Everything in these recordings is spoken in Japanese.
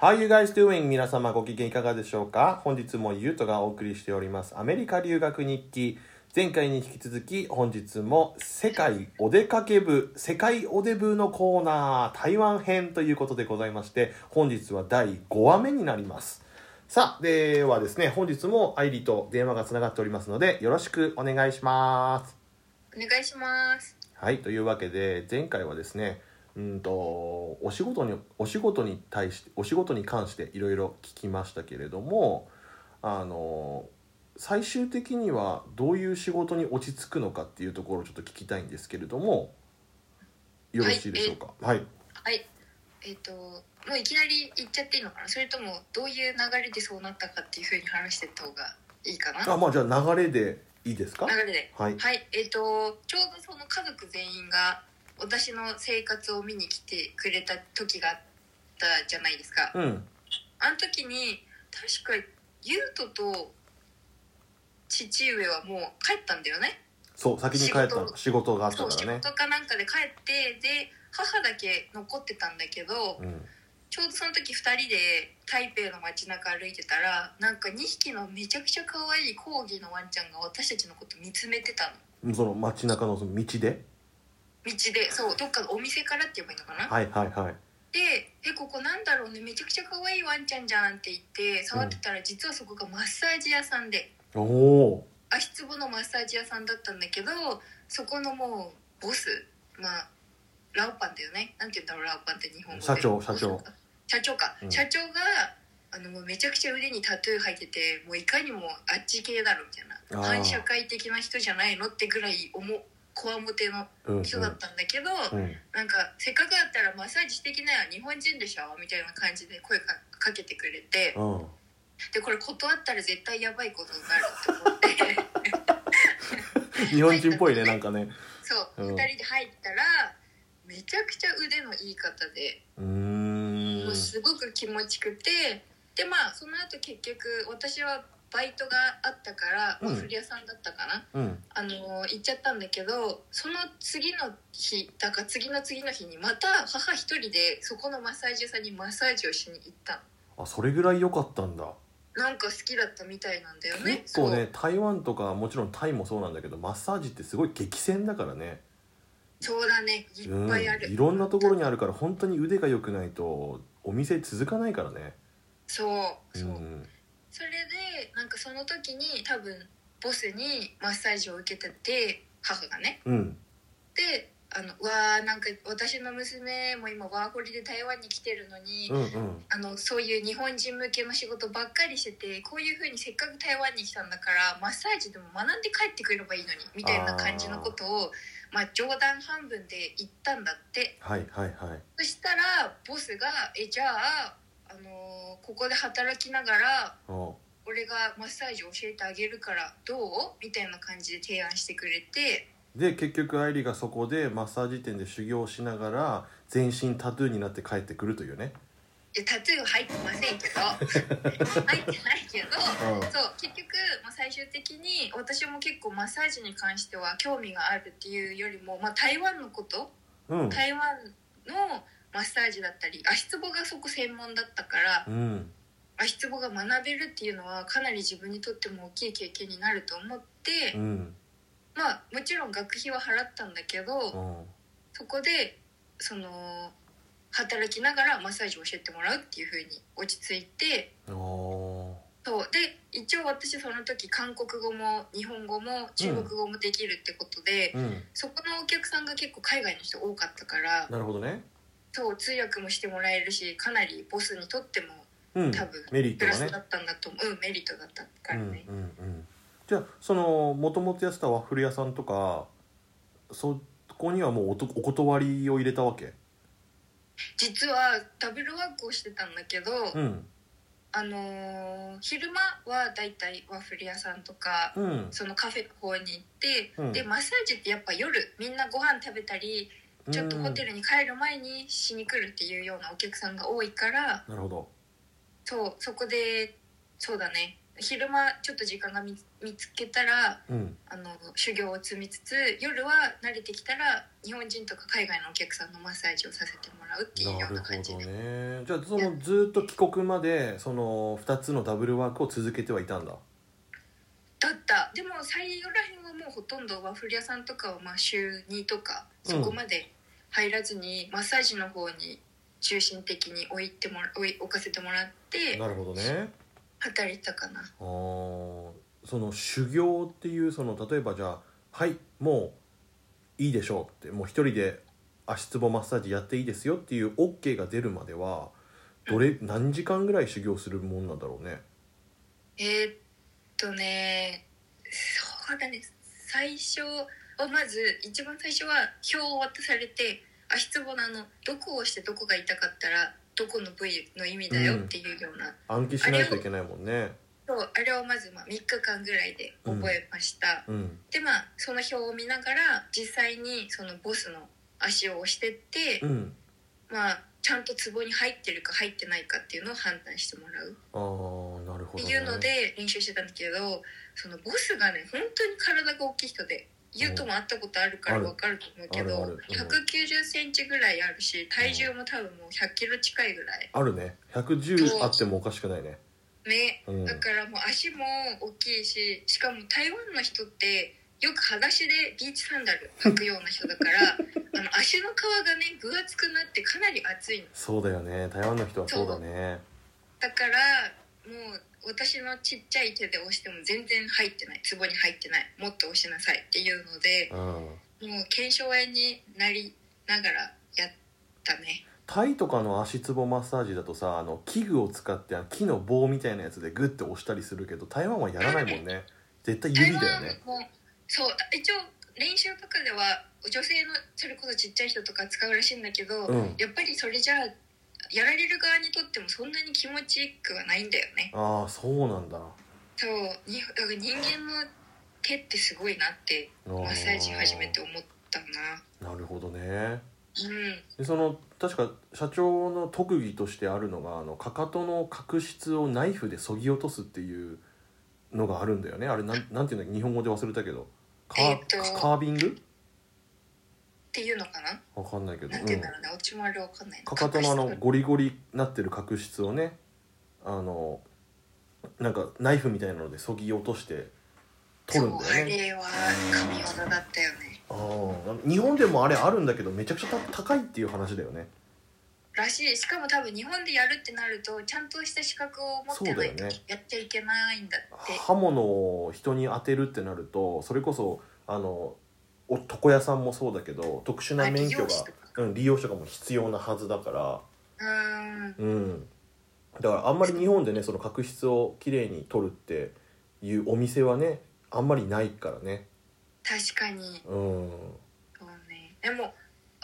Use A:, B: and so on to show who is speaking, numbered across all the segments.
A: How you guys doing? 皆様ご機嫌いかがでしょうか本日もゆうとがお送りしておりますアメリカ留学日記前回に引き続き本日も世界お出かけ部世界お出部のコーナー台湾編ということでございまして本日は第5話目になりますさあではですね本日も愛理と電話がつながっておりますのでよろしくお願いします
B: お願いします。
A: はい、というわけで前回はですねうんとお仕事にお仕事に対してお仕事に関していろいろ聞きましたけれどもあの最終的にはどういう仕事に落ち着くのかっていうところをちょっと聞きたいんですけれどもよろしいでしょうかはい、
B: はい。えっ、と、もういきなり言っちゃっていいのかな、それともどういう流れでそうなったかっていうふうに話してった方がいいかな。
A: あまあじゃあ流れでいいですか
B: 流れで。
A: はい
B: はい、えっ、と、ちょうどその家族全員が私の生活を見に来てくれた時があったじゃないですか。
A: うん
B: あの時に、確かゆうとと。父上はもう帰ったんだよね。
A: そう先に帰った
B: 仕事
A: 仕事があった
B: そう
A: か
B: 仕
A: らね
B: 事かなんかで帰ってで母だけ残ってたんだけど、
A: うん
B: ちょうどその時2人で台北の街中歩いてたらなんか2匹のめちゃくちゃ可愛いコーギーのワンちゃんが私たちのこと見つめてたの
A: その街中のその道で
B: 道でそうどっかのお店からって言えばいいのかな、
A: はいはいはい
B: で「えここなんだろうねめちゃくちゃ可愛いワンちゃんじゃん」って言って触ってたら実はそこがマッサージ屋さんで
A: おお
B: 足つぼのマッサージ屋さんだったんだけどそこのもうボスまあラオパンだよねなんて言うんだろうラオパンって日本語で
A: 社長社長
B: 社長か、
A: うん
B: 社長があのもうめちゃくちゃ腕にタトゥー入っててもういかにもあっち系だろみたいな
A: あー
B: 反社会的な人じゃないのってぐらいおもこわもての
A: うんうん
B: 人だったんだけど、
A: うん
B: なんかせっかくだったらマッサージしてきなよ日本人でしょみたいな感じで声かかけてくれて
A: うん
B: でこれ断ったら絶対やばいことになると思って
A: 日本人っぽいねなんかね
B: そう、
A: うん
B: 2人で入ったらめちゃくちゃ腕のいい方で。
A: うーん
B: もうすごく気持ちくてでまあその後結局私はバイトがあったから、
A: うん
B: お古屋さんだったかな
A: うん
B: あのー行っちゃったんだけどその次の日だから次の次の日にまた母一人でそこのマッサージ屋さんにマッサージをしに行った
A: あそれぐらい良かったんだ
B: のなんか好きだったみたいなんだよね
A: 結構ね台湾とかもちろんタイもそうなんだけどマッサージってすごい激戦だからね
B: そうそうだねいっ
A: うん
B: ぱいある、
A: いろんなところにあるから本当に腕が良くないとお店続かないからね
B: そう
A: う
B: そう、
A: ん
B: それでなんかその時に多分ボスにマッサージを受けてて母がね
A: うん
B: であのうわーなんか私の娘も今ワーホリで台湾に来てるのに、
A: うんうん
B: あのそういう日本人向けの仕事ばっかりしててこういうふうにせっかく台湾に来たんだからマッサージでも学んで帰ってくれればいいのにみたいな感じのことをまあ、冗談半分で言ったんだって
A: はいはいはい
B: そしたらボスが「えじゃあ、あのーここで働きながら
A: お
B: 俺がマッサージ教えてあげるからどう?」みたいな感じで提案してくれて。
A: で結局愛理がそこでマッサージ店で修行しながら全身タトゥーになって帰ってくるというね
B: いやタトゥー入ってませんけど 入ってないけど
A: うん
B: そう結局、まあ、最終的に私も結構マッサージに関しては興味があるっていうよりも、まあ、台湾のこと
A: うん
B: 台湾のマッサージだったり足つぼがそこ専門だったから
A: うん
B: 足つぼが学べるっていうのはかなり自分にとっても大きい経験になると思って、
A: うん
B: まあもちろん学費は払ったんだけど、
A: うん
B: そこでその働きながらマッサージを教えてもらうっていう風に落ち着いて。
A: お
B: そうで一応私その時韓国語も日本語も中国語もできるってことで、
A: ーうん
B: そこのお客さんが結構海外の人多かったから
A: なるほどね
B: そう通訳もしてもらえるしかなりボスにとっても
A: うん
B: 多分
A: メリット
B: プラ
A: が
B: ス
A: ね
B: だったんだと思う、うん、メリットだったからね、
A: うんうんうん、じゃあそのもともとやってたワッフル屋さんとかそこにはもうおとお断りを入れたわけ
B: 実はダブルワークをしてたんだけど、
A: うん
B: あのー昼間はだいたいワッフル屋さんとか
A: うん
B: そのカフェの方に行って、
A: うん
B: でマッサージってやっぱ夜みんなご飯食べたりちょっとホテルに帰る前にしに来るっていうようなお客さんが多いから
A: うんなるほど
B: そうそこでそうだね昼間ちょっと時間が見見つけたら
A: うん
B: あの修行を積みつつ夜は慣れてきたら日本人とか海外のお客さんのマッサージをさせてもらうっていうような感じで、
A: ねじゃあそのずっと帰国までその2つのダブルワークを続けてはいたんだ
B: だったでも最後らへんはもうほとんどワッフル屋さんとかはまあ週2とかそこまで入らずに、マッサージの方に中心的に置いてもら置い置かせてもらって
A: なるほどね
B: 働いてたかな
A: あーその修行っていうその例えばじゃあ「はいもういいでしょう」ってもう一人で足つぼマッサージやっていいですよっていう OK が出るまではどれ何時間ぐらい修行するもんなんだろうね
B: えーっとねそうだね最初はまず一番最初は表を渡されて足つぼのあのどこを押してどこが痛かったらどこの部位の意味だよっていうような、
A: 暗記しないといけないもんね
B: そうあれをまずまあ3日間ぐらいで覚えました、
A: うん
B: でまあその表を見ながら実際にそのボスの足を押してって、
A: うん
B: まあちゃんとツボに入ってるか入ってないかっていうのを判断してもらう
A: ああなるほ
B: っ
A: ど、
B: ていうの
A: ね、
B: で練習してたんだけどそのボスがね本当に体が大きい人で優とも会ったことあるから
A: お
B: 分かると思うけ
A: あ
B: ど
A: るあるうん
B: 1 9 0センチぐらいあるし体重も多分もう1 0 0キロ近いぐらい
A: あるね110あってもおかしくないね
B: ね、
A: うん
B: だからもう足も大きいししかも台湾の人ってよく裸足でビーチサン ダル履くような人だからあの足の皮がね分厚くなってかなり厚いの
A: そうだよね台湾の人はそうだね
B: だからもう私のちっちゃい手で押しても全然入ってない壺に入ってないもっと押しなさいっていうので
A: うん
B: もう腱鞘炎になりながらやったね
A: タイとかの足つぼマッサージだとさあの器具を使ってあの木の棒みたいなやつでグッて押したりするけど台湾はやらないもんね絶対
B: 台
A: 指
B: 湾
A: だよね
B: もそう一応練習とかでは女性のそれこそちっちゃい人とか使うらしいんだけど、
A: うん
B: やっぱりそれじゃあやられる側にとってもそんなに気持ちよくはないんだよね
A: ああそうなんだ
B: そうにだから人間の手ってすごいなって
A: あ
B: マッサージ始めて
A: ー
B: 思ったな
A: なるほどね
B: うん
A: でその確か社長の特技としてあるのがあのかかとの角質をナイフで削ぎ落とすっていうのがあるんだよねあれなんなんていうんだっけ日本語で忘れたけどカー,、
B: えーと
A: カービング
B: っていうのかな
A: わかんないけど
B: なんて言うんだろうね、うちもあれわかんないな
A: かかとのあの
B: 隠し
A: ゴリゴリなってる角質をねあのなんかナイフみたいなのでそぎ落として取るんだよね
B: そうあれは神業だったよね
A: あー日本でもあれあるんだけどめちゃくちゃた高いっていう話だよね
B: らしいしかも多分日本でやるってなるとちゃんとした資格を持ってないと
A: そうだよね
B: やっちゃいけないんだって
A: 刃物を人に当てるってなるとそれこそあのお床屋さんもそうだけど特殊な免許が
B: あ利用者とか
A: うん、利用者がもう必要なはずだから
B: うーん
A: うん、だからあんまり日本でねその角質をきれいに取るっていうお店はねあんまりないからね
B: 確かに
A: うん
B: そうねでも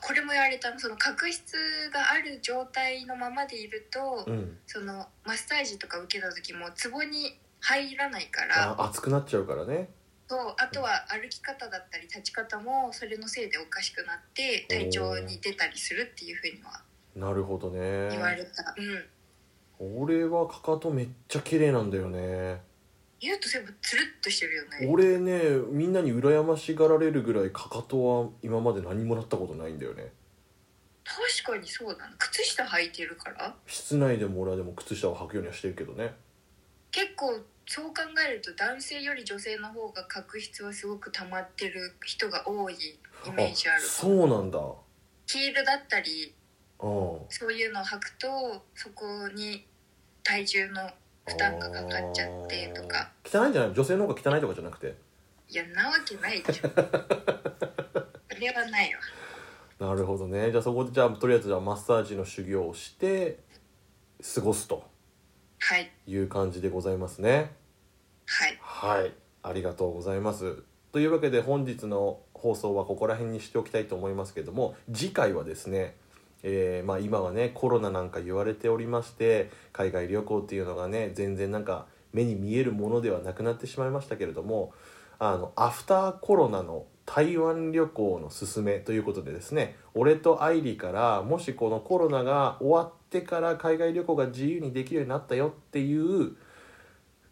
B: これも言われたのその角質がある状態のままでいると、
A: うん
B: そのマッサージとか受けた時もツボに入らないから
A: あ熱くなっちゃうからね
B: そうあとは歩き方だったり立ち方もそれのせいでおかしくなって体調に出たりするっていうふうには
A: なるほど
B: 言われ
A: ね
B: た、うん
A: 俺はかかとめっちゃ綺麗なんだよね
B: 言うと全部つるっとしてるよね
A: 俺ねみんなに羨ましがられるぐらいかかとは今まで何もらったことないんだよね
B: 確かにそうだな靴下履いてるから
A: 室内でも俺はでも靴下を履くようにはしてるけどね
B: 結構そう考えると男性より女性の方が角質はすごく溜まってる人が多いイメージあ
A: あ
B: る
A: そうなんだう
B: ヒールだったり
A: ん
B: そういうのを履くとそこに体重の負担がかかっちゃってとか
A: あー汚いんじゃない女性の方が汚いとかじゃなくて
B: いやなわけないでしょそれはないわ
A: なるほどねじゃあそこでじゃあとりあえずじゃあマッサージの修行をして過ごすと
B: はい
A: いう感じでございますね
B: はい
A: はいありがとうございますというわけで本日の放送はここら辺にしておきたいと思いますけれども次回はですねえーまあ、今はねコロナなんか言われておりまして海外旅行っていうのがね全然なんか目に見えるものではなくなってしまいましたけれどもあのアフターコロナの台湾旅行のすすめということでですね俺と愛梨からもしこのコロナが終わってから海外旅行が自由にできるようになったよっていう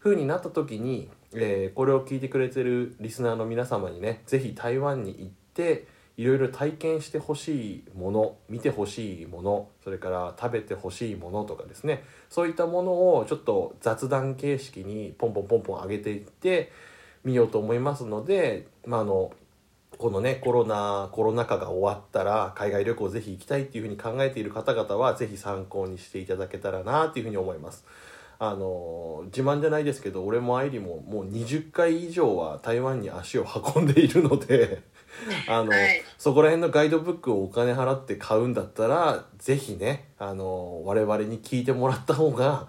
A: 風になった時に、えーこれを聞いてくれてるリスナーの皆様にね是非台湾に行っていろいろ体験してほしいもの見てほしいものそれから食べてほしいものとかですねそういったものをちょっと雑談形式にポンポンポンポン上げていってみようと思いますので、まあ、あのこのねコロナコロナ禍が終わったら海外旅行ぜひ行きたいっていうふうに考えている方々はぜひ参考にしていただけたらなっていうふうに思います。あの自慢じゃないですけど俺も愛理ももう20回以上は台湾に足を運んでいるの であの、
B: はい
A: そこら辺のガイドブックをお金払って買うんだったらぜひねあの我々に聞いてもらった方が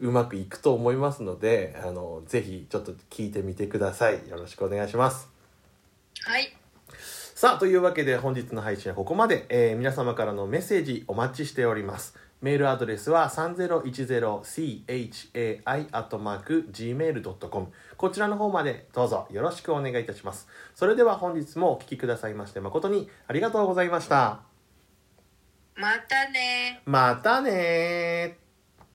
A: うまくいくと思いますのであのぜひちょっと聞いてみてくださいよろしくお願いします。
B: はい
A: さあというわけで本日の配信はここまで、えー皆様からのメッセージお待ちしておりますメールアドレスは 3010chai.gmail.com こちらの方までどうぞよろしくお願いいたしますそれでは本日もお聴きくださいまして誠にありがとうございました
B: またね
A: またねー